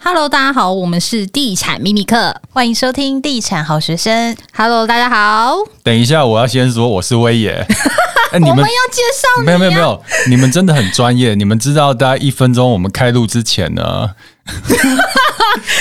Hello，大家好，我们是地产秘密课。欢迎收听《地产好学生》。 Hello，大家好，等一下，我要先说我是 威爷。哎，我你们们要介绍你、没啊，有没有没有，你们真的很专业。你们知道，大概一分钟我们开录之前呢，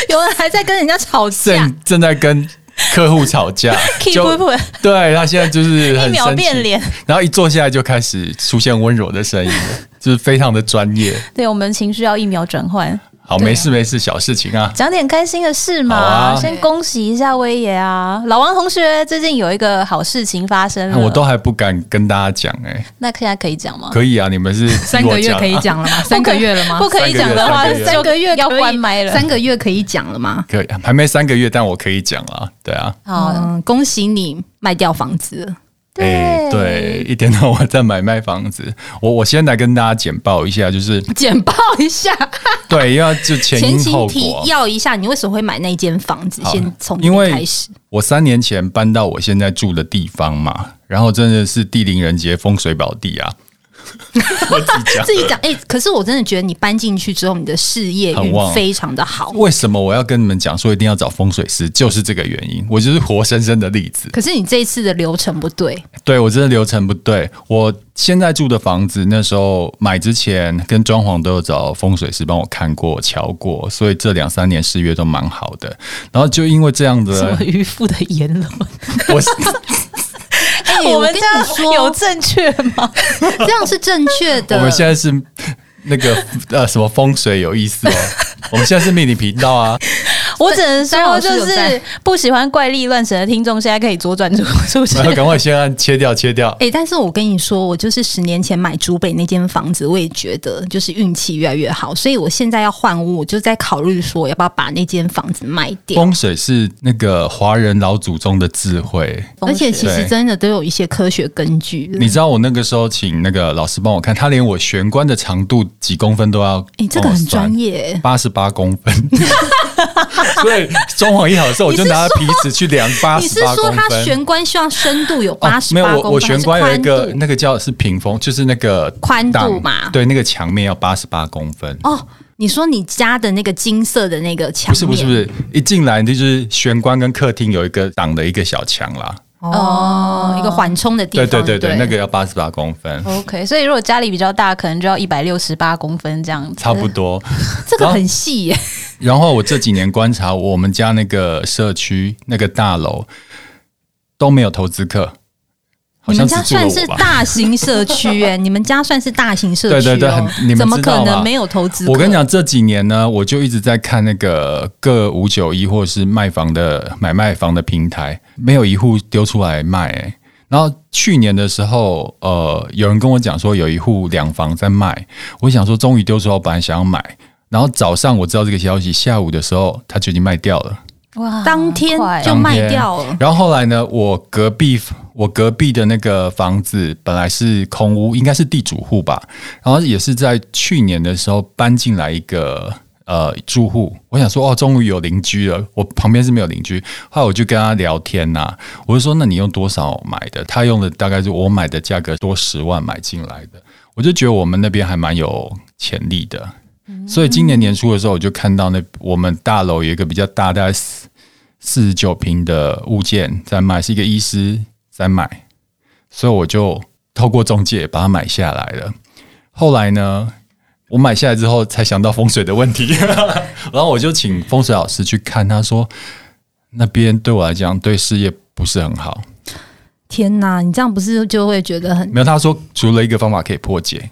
有人还在跟人家吵架，正正在跟客户 吵架 Keep，up 对他现在就是很一秒生气变脸，然后一坐下来就开始出现温柔的 声音了，就是非常的专业。对我们情绪要一秒转换，好，啊没事没事，小事情啊。讲点开心的事嘛。好啊先恭喜一下威爷啊，老王同学最近有一个好事情发生了，我都还不敢跟大家讲哎、那现在可以讲吗？可以啊，你们是三个比我月强啊可以讲了吗？三个月了吗不？可以讲的话，三个月就要关麦了。三个月可以讲了吗？可以，还没三个月，但我可以讲啊，对啊，好，嗯，恭喜你卖掉房子了。对哎对，一天到晚在买卖房子，我我先来跟大家简报一 下，就是简报一下，对，要就前前因情后提果。要一下，你为什么会买那间房子？好先从因为这开始，我三年前搬到我现在住的地方嘛，然后真的是地灵人杰，风水宝地啊，我自己 讲。自己讲。哎、可是我真的觉得你搬进去之后，你的事业很运旺非常的好。为什么我要跟你们讲说一定要找风水师，就是这个原因。我就是活生生的例子。可是你这一次的流程不对，对我真的流程不对。我现在住的房子，那时候买之前跟装潢都有找风水师帮我看过、瞧过，所以这两三年四月都蛮好的。然后就因为这样什子么，渔夫的言论？我是哎、我们跟这你样有说，正确吗？这样是正确的。我们现在是 那个呃什么风水有意 思哦，我们现在是命理频道啊，我只能张老说，师有就在是不喜欢怪力乱神的听众，现在可以左转出出去然。后赶快先按切掉 切掉。哎、但是我跟你说，我就是十年前买竹北那间房子，我也觉得就是运气越来越好，所以我现在要换屋，我就在考虑说要不要把那间房子卖掉。风水是那个华人老祖宗的智慧，而且其实对真的都有一些科学根据的。你知道我那个时候请那个老师帮我看，他连我玄关的长度几公分都要，哎、这个很专，业、八十八公 分。所以装潢一好的时候，我就拿皮尺去量八你是十八说公它分。玄关希望深度有哦八十没有八公分、我我玄关还有是一个宽度那个叫是屏风，就是那个宽度挡嘛对，那个墙面要八十八公分。哦，你说你家的那个金色的那个墙不是不是不面是，一进来就是玄关跟客厅有一个挡的一个小墙啦。哦，一个缓冲的地对方。对对对哦对，那个要八十八公分， OK，所以如果家里比较大，可能就要一百六十八公分这样子。差不多。这个很细耶、然后我这几年观察，我们家那个社区那个大楼都没有投资客，好你像们只家住算了是我吧。大型社区哎、 你们家算是大型社区、哦，对对对很你们怎么知道可能吗没有投资客？我跟你讲，这几年呢，我就一直在看那个各五九一或者是卖房的买卖房的平台，没有一户丢出来卖、欸。然后去年的时候，呃，有人跟我讲说有一户两房在卖，我想说终于丢出来，我本来想要买。然后早上我知道这个消息，下午的时候他就已经卖掉了。哇当天就当卖天掉了，然后后来呢，我隔壁我隔壁的那个房子本来是空屋，应该是地主户吧，然后也是在去年的时候搬进来一个。呃，住户，我想说，哦，终于有邻居了。我旁边是没有邻居，后来我就跟他聊天呐、我就说，那你用多少买的？他用的大概是我买的价格多十万买进来的。我就觉得我们那边还蛮有潜力的，所以今年年初的时候，我就看到那我们大楼有一个比较大，大概四四十九平的物件在卖，是一个医师在买，所以我就透过中介把它买下来了。后来呢，我买下来之后才想到风水的问题， 然后我就请风水老师去看，他说那边对我来讲对事业不是很好。天哪！你这样不是就会觉得很没有，他说除了一个方法可以破解，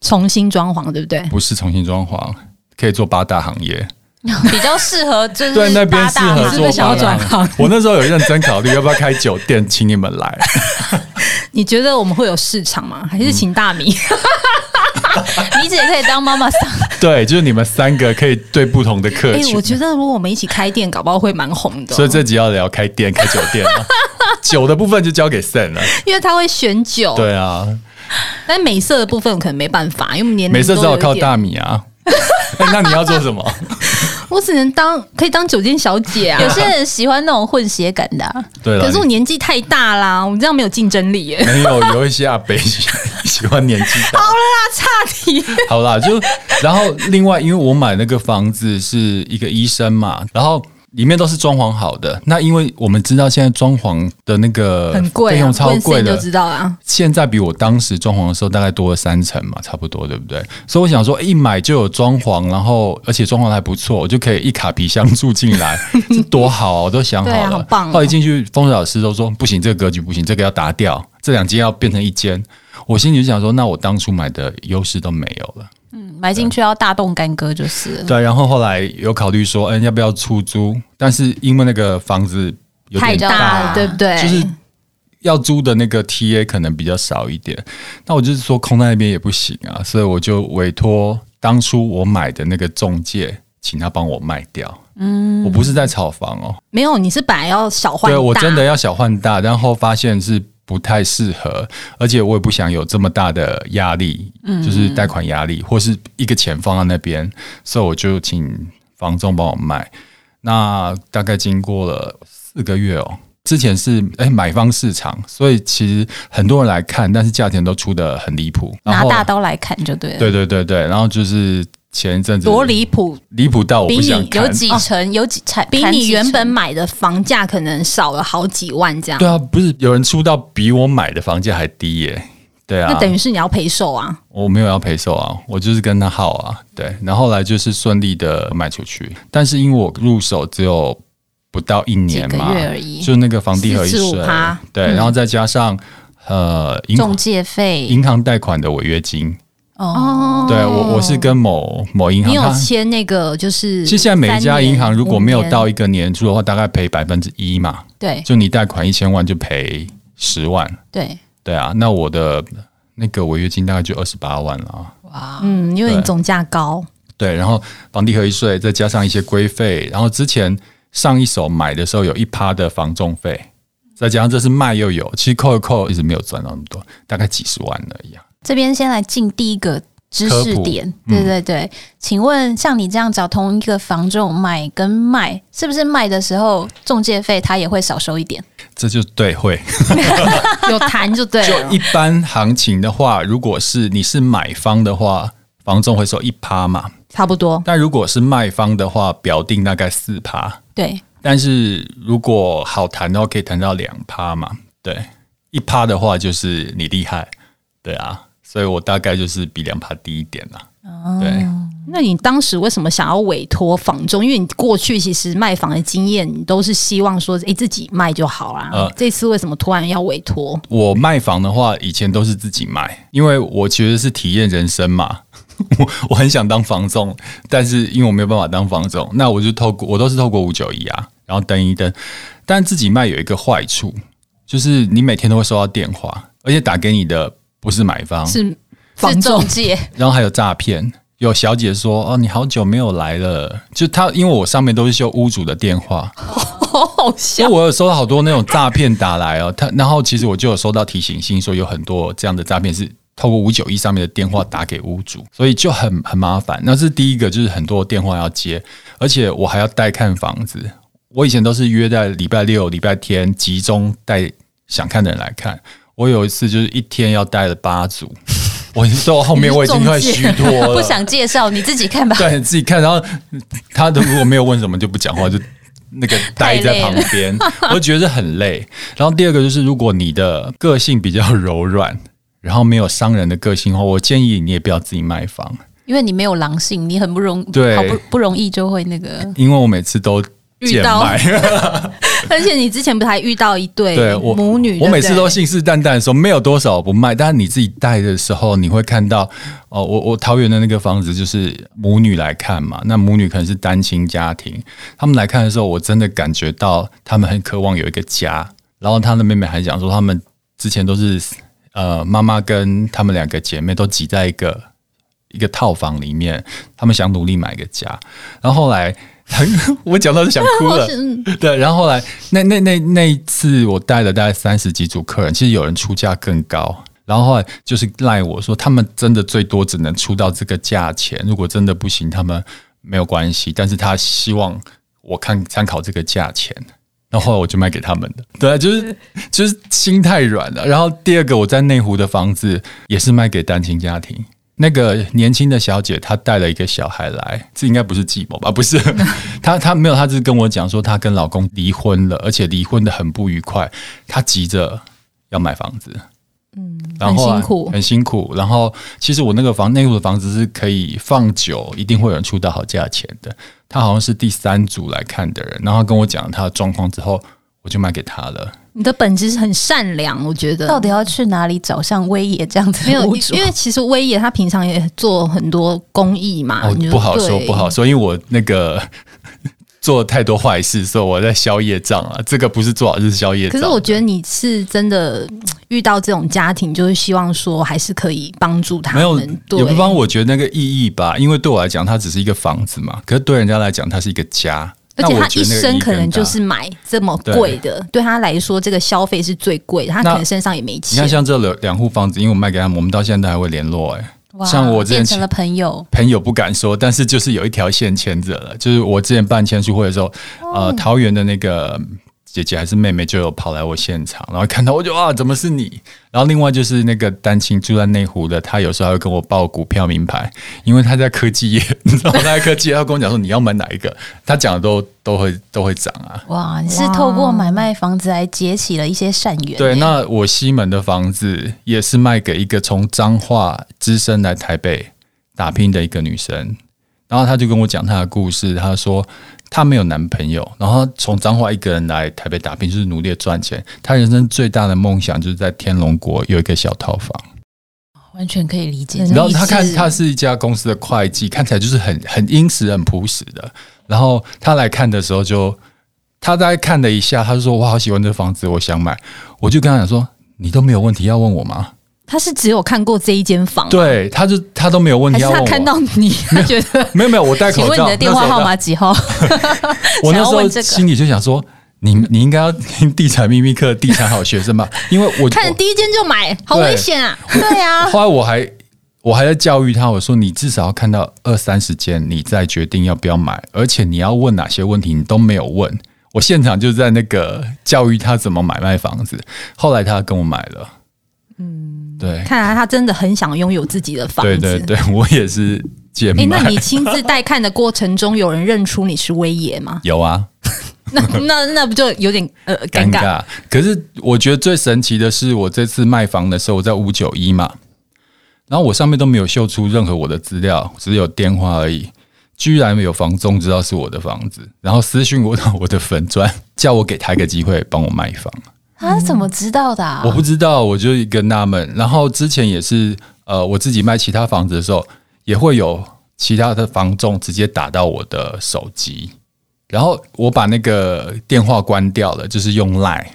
重新装潢，对不对？不是重新装潢，可以做八大行业。 比较适合，就是对，那边八适大合嘛是不做是想要八大转行？我那时候有认真考虑要不要开酒店，请你们来。你觉得我们会有市场嗯吗？还是请大 米？米姐可以当妈妈桑， 对，就是你们三个可以对不同的客哎、群。我觉得如果我们一起开店，搞不好会蛮红的哦、所以这集要聊开店、开酒店 了。酒的部分就交给 Sen 了。因为他会选酒，对啊，但美色的部分我可能没办法，因为我们年龄每次都只好有一靠点大米嗯啊。哎那你要做什么？ 我只能当可以当酒店小姐啊 有。些人喜欢那种混血感的啊、对了，可是我你 年纪太大啦，我们这样没有竞争力耶。没有有一些阿北喜喜欢年纪大。差题。好啦，就然后另外，因为我买那个房子是一个医生嘛，然后里面都是装潢好的。那因为我们知道现在装潢的那个很贵、啊，费用超问贵 Sam 的就，知道啊。现在比我当时装潢的时候大概多了三成嘛，差不多，对不对？所以我想说，一买就有装潢，然后而且装潢得还不错，我就可以一卡皮箱住进 来，这多好、啊！我都想好了。对啊好棒哦后来进去，风水老师都说不行，这个格局不行，这个要打掉，这两间要变成一间。我心里就想说，那我当初买的优势都没有了。买进去要大动干戈就是了。对，然后后来有考虑说，嗯、要不要出租？但是因为那个房子有太点大了，对不对？就是要租的那个 TA 可能比较少一点。那我就是说空在那边也不行啊，所以我就委托当初我买的那个中介，请他帮我卖掉。嗯，我不是在炒房哦，没有，你是本来要小换对大，我真的要小换大，然后发现是。不太适合，而且我也不想有这么大的压力，嗯就是贷款压力或是一个钱放在那边，所以我就请房仲帮我卖。那大概经过了四个月哦。之前是哎、买方市场，所以其实很多人来看，但是价钱都出的很离谱。然拿后大刀来砍就对了。对对对对，然后就是前一阵子多离谱，离谱到我比不你哦想看哦有，几成？有几成？比砍你几原成本买的房价可能少了好几万这样。对啊，不是有人出到比我买的房价还低耶、对啊，那等于是你要赔售啊，我没有要陪售啊，我就是跟他耗啊，对，然后后来就是顺利的卖出去，但是因为我入手只有不到一年几嘛个月而，已就那个房地合一税45%，对，嗯然后再加上呃银中介费银行贷款的违约金，哦，对我我是跟某某银行，你有它签那个就是其实现在每一家银行如果没有三到一个年数的话，大概赔百分之一嘛，对就你贷款一千万就赔十万，对，对啊，那我的那个违约金大概就二十八万了啊。哇，年嗯，因为你对总价 高，对，然后房地合一税再加上一些规费，然后之前上一手买的时候有一趴的房仲费，再加上这次卖又有，其实扣一扣一直没有赚到那么多，大概几十万而已啊。这边先来进第一个知识点，科普对嗯对对，请问像你这样找同一个房仲买跟卖，是不是卖的时候中介费他也会少收一点？这就对会，有谈就对就了。 一般行情的话，如果是你是买方的话，房仲会收一趴嘛，差不多，但如果是卖方的话，表定大概四趴，对，但是如果好谈的话，可以谈到两趴嘛。对，一趴的话就是你厉害，对啊，所以我大概就是比两趴低一点啦。对，那你当时为什么想要委托房仲？因为你过去其实卖房的经验，你都是希望说，诶哎自己卖就好啦。呃这次为什么突然要委托？我卖房的话，以前都是自己卖，因为我其实是体验人生嘛。 我我很想当房仲，但是因为我没有办法当房仲，那我就透过我都是透过五九一啊，然后登一登。但自己卖有一个坏处，就是你每天都会收到电话，而且打给你的不是买方，是是房仲 中介，然后还有诈骗，有小姐说：“哦，你好久没有来了。”就她，因为我上面都是修屋主的电话，好好所以笑，我有收到好多那种诈骗打来哦。她，然后其实我就有收到提醒信，说有很多这样的诈骗是透过五九一上面的电话打给屋主，所以就很很麻烦。那是第一个，就是很多电话要接，而且我还要带看房子。我以前都是约在礼拜六、礼拜天集中带想看的人来看。我有一次就是一天要带了八组，我到后面我已经快虚脱了，不想介绍，你自己 看吧。对，自己看。然后他的如果没有问什么就不讲话，就那个待在旁边，我就觉得很累。然后第二个就是，如果你的个性比较柔软，然后没有商人的个性的话，我建议你也不要自己卖房，因为你没有狼性，你很不容对好不不容易就会那个因为我每次都遇贱到卖。 而且你之前不是还遇到一对哎对我母女？我对不每次对都信誓旦旦说没有多少我不卖，但是你自己带的时候，你会看到哦，我我桃园的那个房子就是母女来看嘛，那母女可能是单亲家庭，他们来看的时候，我真的感觉到他们很渴望有一个家，然后他的妹妹还讲说，他们之前都是呃妈妈跟他们两个姐妹都挤在一个一个套房里面，他们想努力买个家，然后后来。很， 我讲到就想哭 了。 对，然后后来那那那那一次，我带了大概三十几组客人，其实有人出价更高。然后后来就是赖我说，他们真的最多只能出到这个价钱，如果真的不行，他们没有关系。但是他希望我看参考这个价钱，然后后来我就卖给他们的。对啊，就是就是心太软了。然后第二个，我在内湖的房子也是卖给单亲家庭。那个年轻的小姐，她带了一个小孩来，这应该不是计谋吧？ 不是，她她没有，她只是跟我讲说，她跟老公离婚了，而且离婚的很不愉快，她急着要买房子。然后嗯很啊辛苦很辛苦。然后其实我那个房内部的房子是可以放久，一定会有人出到好价钱的。他好像是第三组来看的人，然后他跟我讲他的状况之后，我就卖给他了。你的本质是很善良，我觉得。到底要去哪里找像威爷这样子没有的屋，主因？为其实威爷他平常也做很多公益嘛，哦你，就不好说，对不好说，因为我那个 做太多坏事，所以我在消业障啊。这个不是做好，是消业可障。是我觉得你是真的嗯遇到这种家庭，就是希望说还是可以帮助他没有，们，对，也不帮。我觉得那个意义吧，因为对我来讲，它只是一个房子嘛。可是对人家来讲，它是一个家。而且那我他觉一得那个意生义可更能就大是买这么贵的，对他来说这个消费是最贵的，他可能身上也没你看，钱。像这两两户房子，因为我卖给他们，我们到现在都还会联络、欸。哇像我之变前成了朋友，朋友不敢说，但是就是有一条线牵着了。就是我之前办签书会的时候，呃，桃园的那个姐姐还是妹妹就有跑来我现场，然后看到我就啊，怎么是你？然后另外就是那个单亲住在内湖的，他有时候还会跟我报股票名牌，因为他在科技业，你知道吗他在科技业，他跟我讲说你要买哪一个，他讲的都都会都会涨啊。哇！你是透过买卖房子来结起了一些善缘欸。对，那我西门的房子也是卖给一个从彰化资深来台北打拼的一个女生，然后她就跟我讲她的故事，她说她没有男朋友，然后从彰化一个人来台北打拼，就是努力地赚钱。她人生最大的梦想就是在天龙国有一个小套房。完全可以理解嗯。然后他励志看他是一家公司的会计，看起来就是很很殷实、很朴实的。然后他来看的时候就，他大概看了一下，他就说：“我好喜欢这房子，我想买。”我就跟他讲说：“你都没有问题要问我吗他是只有看过这一间哦房？”，对，他就他都没有问还题是要问他我。看到你，他觉得 没有没有，我戴口请罩。问你的电话号码几号？我那时想要候问这个心里就想说：“你你应该要听地产秘密课，地产好学生吧？因为 我看了我第一间就买，好对危险啊！对啊， 后来我还我还在教育他，我说你至少要看到二三十间，你再决定要不要买，而且你要问哪些问题，你都没有问。我现场就在那个教育他怎么买卖房子，后来他跟我买了，嗯，对看啊来他真的很想拥有自己的房对子。对对，我也是贱诶卖，那你亲自带看的过程中，有人认出你是威爷 吗？ 有啊，那那那不就有点呃尴尴尬？尬。可是我觉得最神奇的是，我这次卖房的时候，我在五九一嘛，然后我上面都没有秀出任何我的资料，只有电话而已。居然有房东知道是我的房子，然后私讯我到我的 粉砖，叫我给他一个机会帮我卖房。啊他是怎么知道的啊我？不知道，我就一个纳闷。然后之前也是，呃，我自己卖其他房子的时候，也会有其他的房仲直接打到我的手机，然后我把那个电话关掉了，就是用 Line，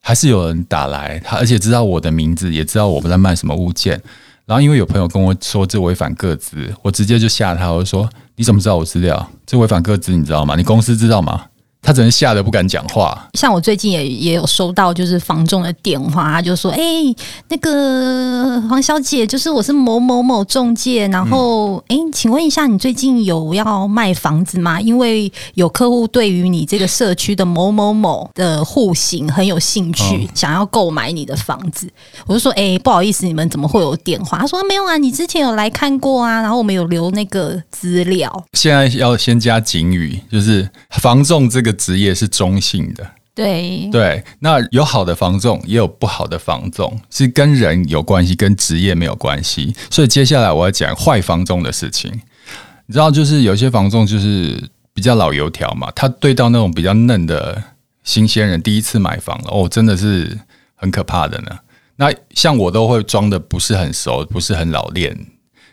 还是有人打来，他而且知道我的名字，也知道我们在卖什么物件。然后因为有朋友跟我说这违反个资，我直接就吓他，我就说你怎么知道我资料？这违反个资，你知道吗？你公司知道吗？他只能吓得不敢讲话。像我最近也也有收到，就是房仲的电话，他就说：“哎、那个黄小姐，就是我是某某某中介，嗯然后哎、诶请问一下，你最近有要卖房子吗？因为有客户对于你这个社区的某某某的户型很有兴趣，哦想要购买你的房子。”我就说：“哎、不好意思，你们怎么会有电话？”他说：“没有啊，你之前有来看过啊，然后我们有留那个资料。”现在要先加警语，就是房仲这个职业是中性的，对，对。那有好的房仲，也有不好的房仲，是跟人有关系，跟职业没有关系。所以接下来我要讲坏房仲的事情。你知道，就是有些房仲就是比较老油条嘛，他对到那种比较嫩的新鲜人，第一次买房了，哦，真的是很可怕的呢。那像我都会装的不是很熟，不是很老练。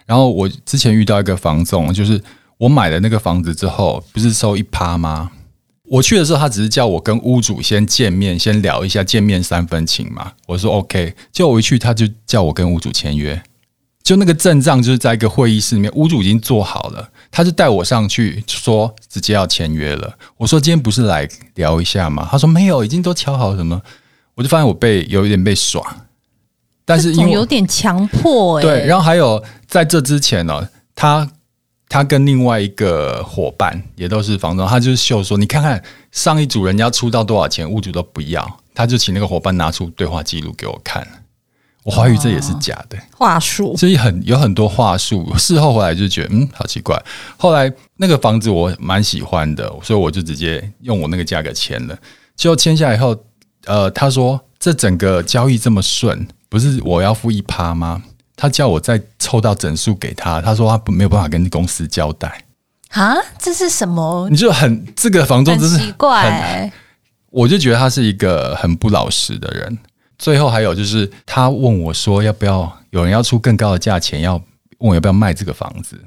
然后我之前遇到一个房仲，就是我买了那个房子之后，不是收一趴吗？我去的时候，他只是叫我跟屋主先见面，先聊一下见面三分情嘛。我说 OK，结果我一去，他就叫我跟屋主签约。就那个阵仗就是在一个会议室里面，屋主已经做好了，他就带我上去说直接要签约了。我说今天不是来聊一下吗？他说没有，已经都敲好什么。我就发现我被有一点被耍，但是这因种为有点强迫哎、对，然后还有在这之前呢、他他跟另外一个伙伴也都是房东，他就是秀说，你看看上一组人家出到多少钱，屋主都不要，他就请那个伙伴拿出对话记录给我看。我怀疑这也是假的，话术所以很有很多话术。事后回来就觉得，嗯，好奇怪。后来那个房子我蛮喜欢的，所以我就直接用我那个价格签了。就签下来以后，呃，他说这整个交易这么顺，不是我要付一趴吗？他叫我再凑到整数给他，他说他不没有办法跟公司交代，啊，这是什么？你就很这个房东很真是奇怪、很我就觉得他是一个很不老实的人。最后还有就是，他问我说要不要有人要出更高的价钱，要问我要不要卖这个房子。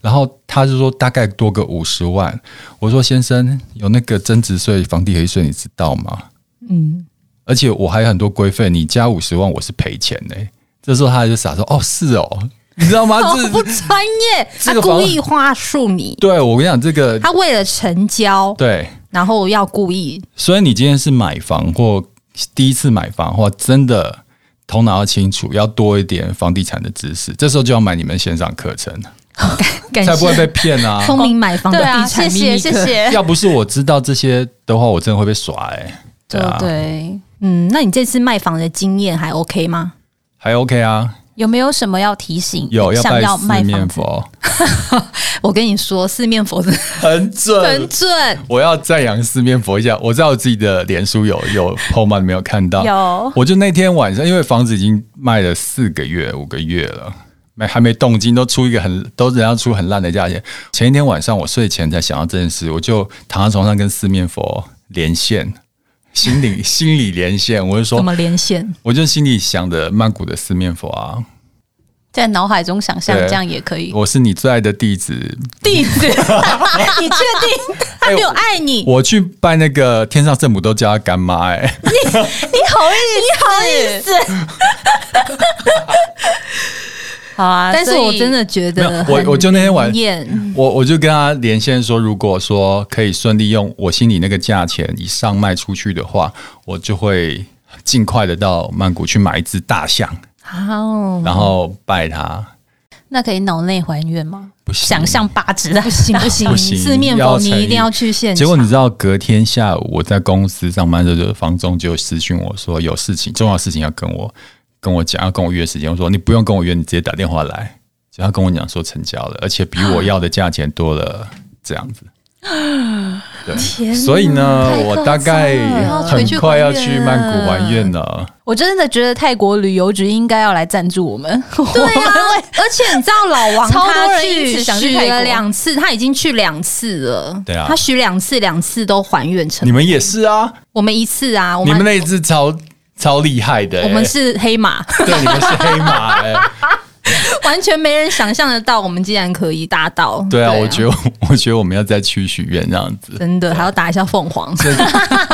然后他就说大概多个五十万。我说先生，有那个增值税、房地合一税，你知道吗？嗯，而且我还有很多规费，你加五十万我是赔钱的、这时候他就傻说：“哦，是哦，你知 道吗？好不这专业，这他个故房意话术你，对我跟你讲，这个他为了成交，对，然后要故意所以你今天是买房或第一次买房的话，真的头脑要清楚，要多一点房地产的知识。这时候就要买你们线上课程，哎感才不会谢被骗 啊！聪明买房的对啊，地谢产秘谢密谢课谢，要不是我知道这些的话，我真的会被耍哎、对啊，对，嗯，那你这次卖房的经验还 OK 吗？还 OK 啊，有没有什么要提醒？有要想拜要卖四面房子，佛，我跟你说，四面佛的很很准。准， 我要赞扬四面佛一下，我知道我自己的脸书有有 PO 吗？你没有看到？有我就那天晚上，因为房子已经卖了四个月、五个月了，没还没动静，都出一个很都人家出很烂的价钱。前一天晚上我睡前才想到这件事，我就躺在床上跟四面佛连线，心理心理连线，我就怎说，么连线？我就心里想着曼谷的四面佛啊，在脑海中想象对这样也可以。我是你最爱的弟子，弟子，你确定 他没有爱你？哎我去拜那个天上圣母都叫他干妈哎、你好意思，你好意思。 好 啊，但是我所以真的觉没得有很我我就那天晚灵验我我就跟他连线说，如果说可以顺利用我心里那个价钱以上卖出去的话，我就会尽快的到曼谷去买一只大象，哦，然后拜它。那可以脑内还原吗？不行想象八啊只的不行不不行，行四面要佛诚你意一定要去现结场果。你知道，隔天下午我在公司上班的时候，房东就私讯我说有事情，重要事情要跟我跟我讲，要跟我约时间。我说你不用跟我约，你直接打电话来。就他跟我讲说成交了，而且比我要的价钱多了，这样 子。对，天所以呢，太我夸大概张了要很回去快要还愿去了曼谷还愿了。 我真的觉得泰国旅游局应该要来赞 助我们。对对啊， 而且你知道老王超多他人因去此想去许泰国了两次，他已经去两次了。对啊他许两次，两次都还原成你们也是啊，我们一次啊，嗯我你们们那一只超超厉害的欸、我们是黑马， 对你们是黑马哎、完全没人想象得到，我们竟然可以达到。对啊，我觉得 我觉得我们要再去许愿这样子。真的还要打一下凤凰，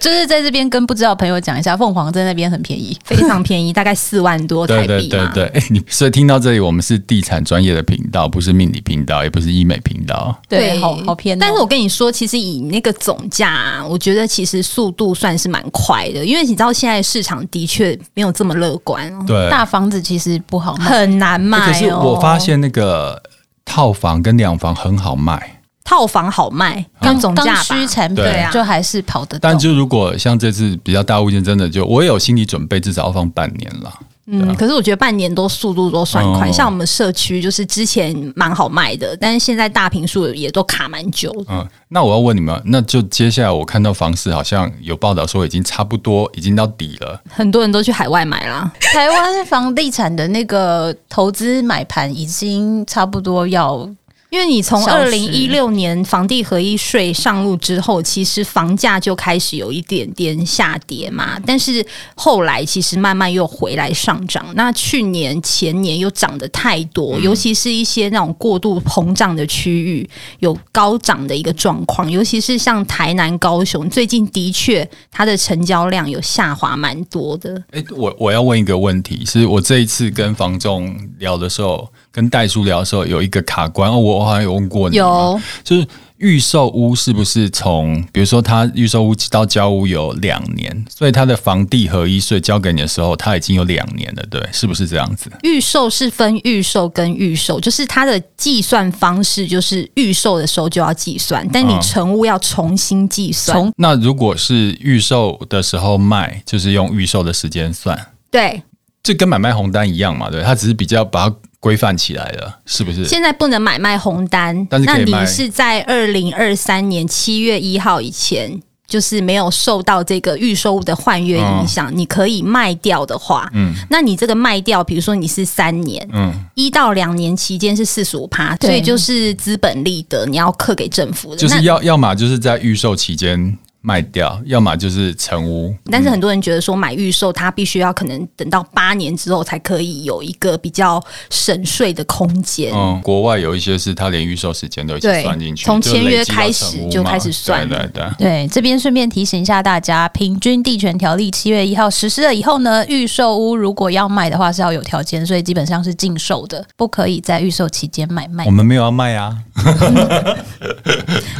就是在这边跟不知道的朋友讲一下，凤凰在那边很便宜。非常便宜，大概四万多台对币嘛。对对对，哎、你所以听到这里，我们是地产专业的频道，不是命理频道，也不是医美频道。对，好好偏哦。但是我跟你说，其实以那个总价、啊，我觉得其实速度算是蛮快的，因为你知道现在市场的确没有这么乐观哦，对，哎大房子其实不好卖，很难卖、哦可是我发现那个套房跟两房很好卖，套房好卖，跟刚总刚价吧。需产品嗯对啊就还是跑得动但。就如果像这次比较大物件，真的就我也有心理准备，至少要放半年了。嗯，可是我觉得半年都速度都算快，哦像我们社区就是之前蛮好卖的，但是现在大平数也都卡蛮久的。嗯，那我要问你们，那就接下来我看到房市好像有报道说已经差不多，已经到底了。很多人都去海外买啦，台湾房地产的那个投资买盘已经差不多要因为你从消二失零一六年房地合一税上路之后，其实房价就开始有一点点下跌嘛，但是后来其实慢慢又回来上涨。那去年前年又涨得太嗯多，尤其是一些那种过度膨胀的区域有高涨的一个状况，尤其是像台南、高雄，最近的确它的成交量有下滑蛮多的。哎、我我要问一个问题，是我这一次跟房仲聊的时候，跟代叔聊的时候，有一个卡关哦，我好像有问过你，有，就是预售屋是不是从，比如说他预售屋到交屋有两年，所以他的房地合一税交给你的时候，他已经有两年了，对，是不是这样子？预售是分预售跟预售，就是它的计算方式就是预售的时候就要计算，但你嗯成屋要重新计算。从那如果是预售的时候卖，就是用预售的时间算，对，这跟买卖红单一样嘛，对，它只是比较把它规范起来了，是不是？现在不能买卖红单，但是那可以你卖是在二零二三年七月一号以前，就是没有受到这个预售物的换约影响，嗯你可以卖掉的话，嗯，那你这个卖掉，比如说你是三年，嗯，一到两年期间是四十五趴，对所以就是资本利得，你要课给政府的。就是那要要么就是在预售期间卖掉，要么就是成屋。但是很多人觉得说买预售，它必须要可能等到八年之后才可以有一个比较省税的空间。嗯，国外有一些是他连预售时间都一起对算进去，从就签约累积到开成始屋就嘛开始算对对对。对，这边顺便提醒一下大家，《平均地权条例》七月一号实施了以后呢，预售屋如果要卖的话是要有条件，所以基本上是禁售的，不可以在预售期间买卖哦我。们没有要卖啊，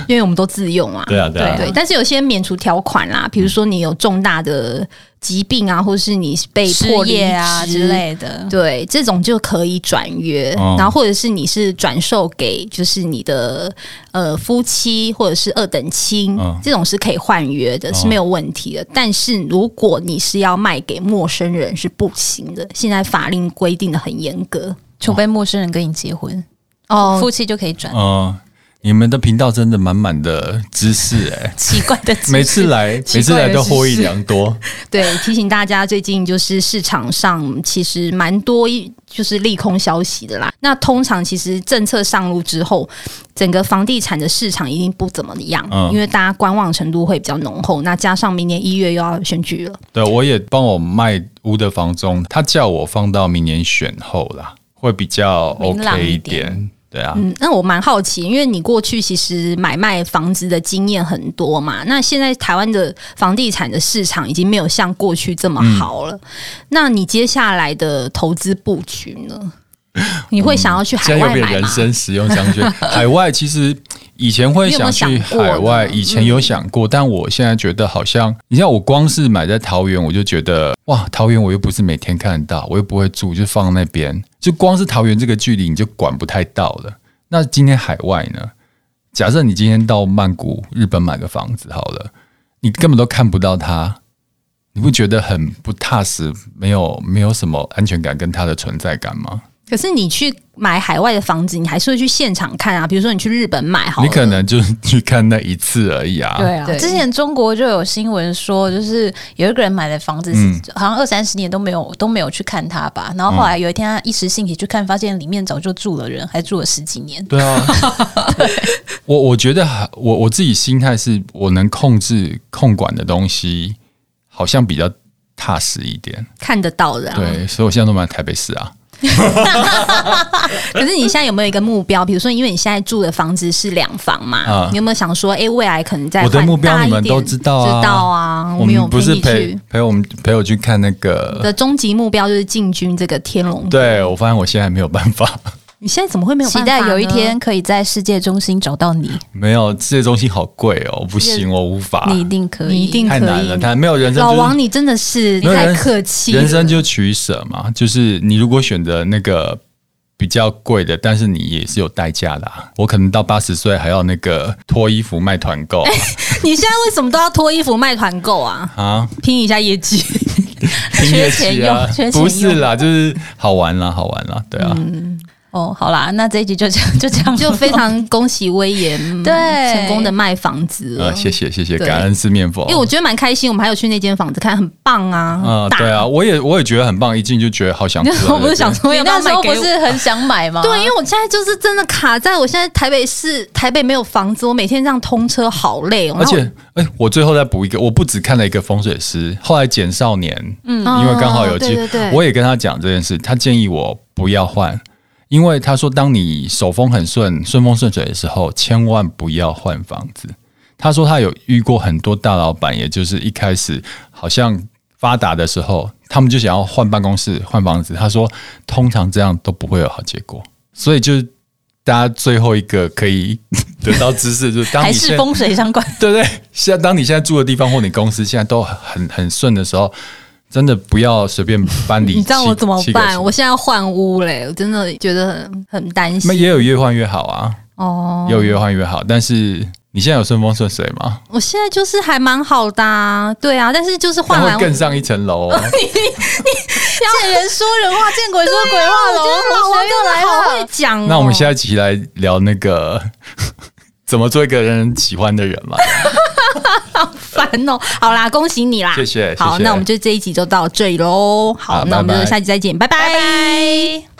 因为我们都自用啊。对啊，对啊，对，但是有些免除条款啦，比如说你有重大的疾病啊，或是哦你被失迫业啊离职之。类的，对，这种就可以转约，嗯哦然后或者是你是转售给就是你的呃夫妻或者是二等亲，嗯这种是可以换约的，是没有问题的。但是如果你是要卖给陌生人是不行的，现在法令规定的很严格除非陌生人跟你结婚，哦夫妻就可以转。嗯、你们的频道真的满满的知识哎、奇怪的每次来，奇每次怪的来都知获益识良多。对，提醒大家，最近就是市场上其实蛮多一就是利空消息的啦。那通常其实政策上路之后，整个房地产的市场一定不怎么样，嗯因为大家观望程度会比较浓厚。那加上明年一月又要选举了，对，我也帮我卖屋的房中，他叫我放到明年选后啦，会比较明朗 OK 一一点点。对啊，嗯，那我蛮好奇，因为你过去其实买卖房子的经验很多嘛，那现在台湾的房地产的市场已经没有像过去这么好了，那你接下来的投资布局呢？你会想要去海现在外有点买人吗？生实用商 圈，海外其实以前会想去海你有外，没有想过呢嗯以前有想过，但我现在觉得好像，你像我光是买在桃园，我就觉得哇，桃园我又不是每天看得到，我又不会住，就放那边，就光是桃园这个距离你就管不太到了。那今天海外呢？假设你今天到曼谷、日本买个房子好了，你根本都看不到它，你不觉得很不踏实，没有没有什么安全感跟它的存在感吗？可是你去买海外的房子，你还是会去现场看啊。比如说你去日本买好了，你可能就是去看那一次而已啊。对啊，对之前中国就有新闻说，就是有一个人买的房子是，嗯好像二三十年都没有都没有去看它吧。然后后来有一天他一时兴起去看，发现里面早就住了人，还住了十几年。对啊，我我觉得还我我自己心态是我能控制控管的东西，好像比较踏实一点。看得到的、啊。对，所以我现在都买台北市啊。可是你现在有没有一个目标？比如说，因为你现在住的房子是两房嘛，啊你有没有想说，哎、未来可能再我的换目标大一你们点都知道啊知道啊。我们有们不是陪你陪去陪我们陪我去看那你个。的终极目标就是进军这个天龙。，对，我发现我现在没有办法， 你现在怎么会没有期办待法呢有一天可以在世界中心找到你，没有这些东西好贵哦，不行，我无法，你一定可以。你一定太可难了，以。太没有人生老就是王，你真的是没有太人客气了。人生就取舍嘛，就是你如果选择那个比较贵的，但是你也是有代价的、啊。我可能到八十岁还要那个脱衣服卖团 购 你现在为什么都要脱衣服卖团购啊？啊，拼一下业绩。拼业绩啊缺钱用缺钱，用不是啦，就是好玩啦，好玩啦，对啊，嗯哦，好啦，那这一集就这样，就这样咯，就 非常恭喜威爷，嗯对成功的卖房子了呃，谢谢谢谢，对感恩四面佛因为。我觉得蛮开心，我们还有去那间房子看，很棒啊，啊、很大。对啊，我也我也觉得很棒，一进就觉得好想住。 我不是想说你要不要那时卖候不给我。是很想买吗？对，因为我现在就是真的卡在我现在台北市，台北没有房子，我每天这样通车好累。哦。而且，哎、我最后再补一个，我不只看了一个风水师，后来简少年，嗯，因为刚好有机会，哦对对对我也跟他讲这件事，他建议我不要换，因为他说，当你手风很顺、顺风顺水的时候，千万不要换房子。他说他有遇过很多大老板，也就是一开始好像发达的时候，他们就想要换办公室、换房子。他说，通常这样都不会有好结果，所以就是大家最后一个可以得到知识，就是当还你是现在风水相关？对不对？现在当你现在住的地方或你公司现在都很很顺的时候，真的不要随便搬离。 你知道我怎么七个办？人我现在要换屋嘞，我真的觉得很很担那心也有越换越好啊，哦也。有越换越好。但是你现在有顺风顺水吗？我现在就是还蛮好的、啊，对啊，但是就是换那完会更上一层楼哦、见人说人话，见鬼说鬼话我觉喽！得啊老王真又的来好会了，讲、哦。那我们下一集来聊那个 怎么做一个人人喜欢的人嘛？烦哦。好啦，恭喜你啦！谢谢谢谢好，那我们就这一集就到这里喽。好，好那我们拜就拜下集再见，拜拜拜拜。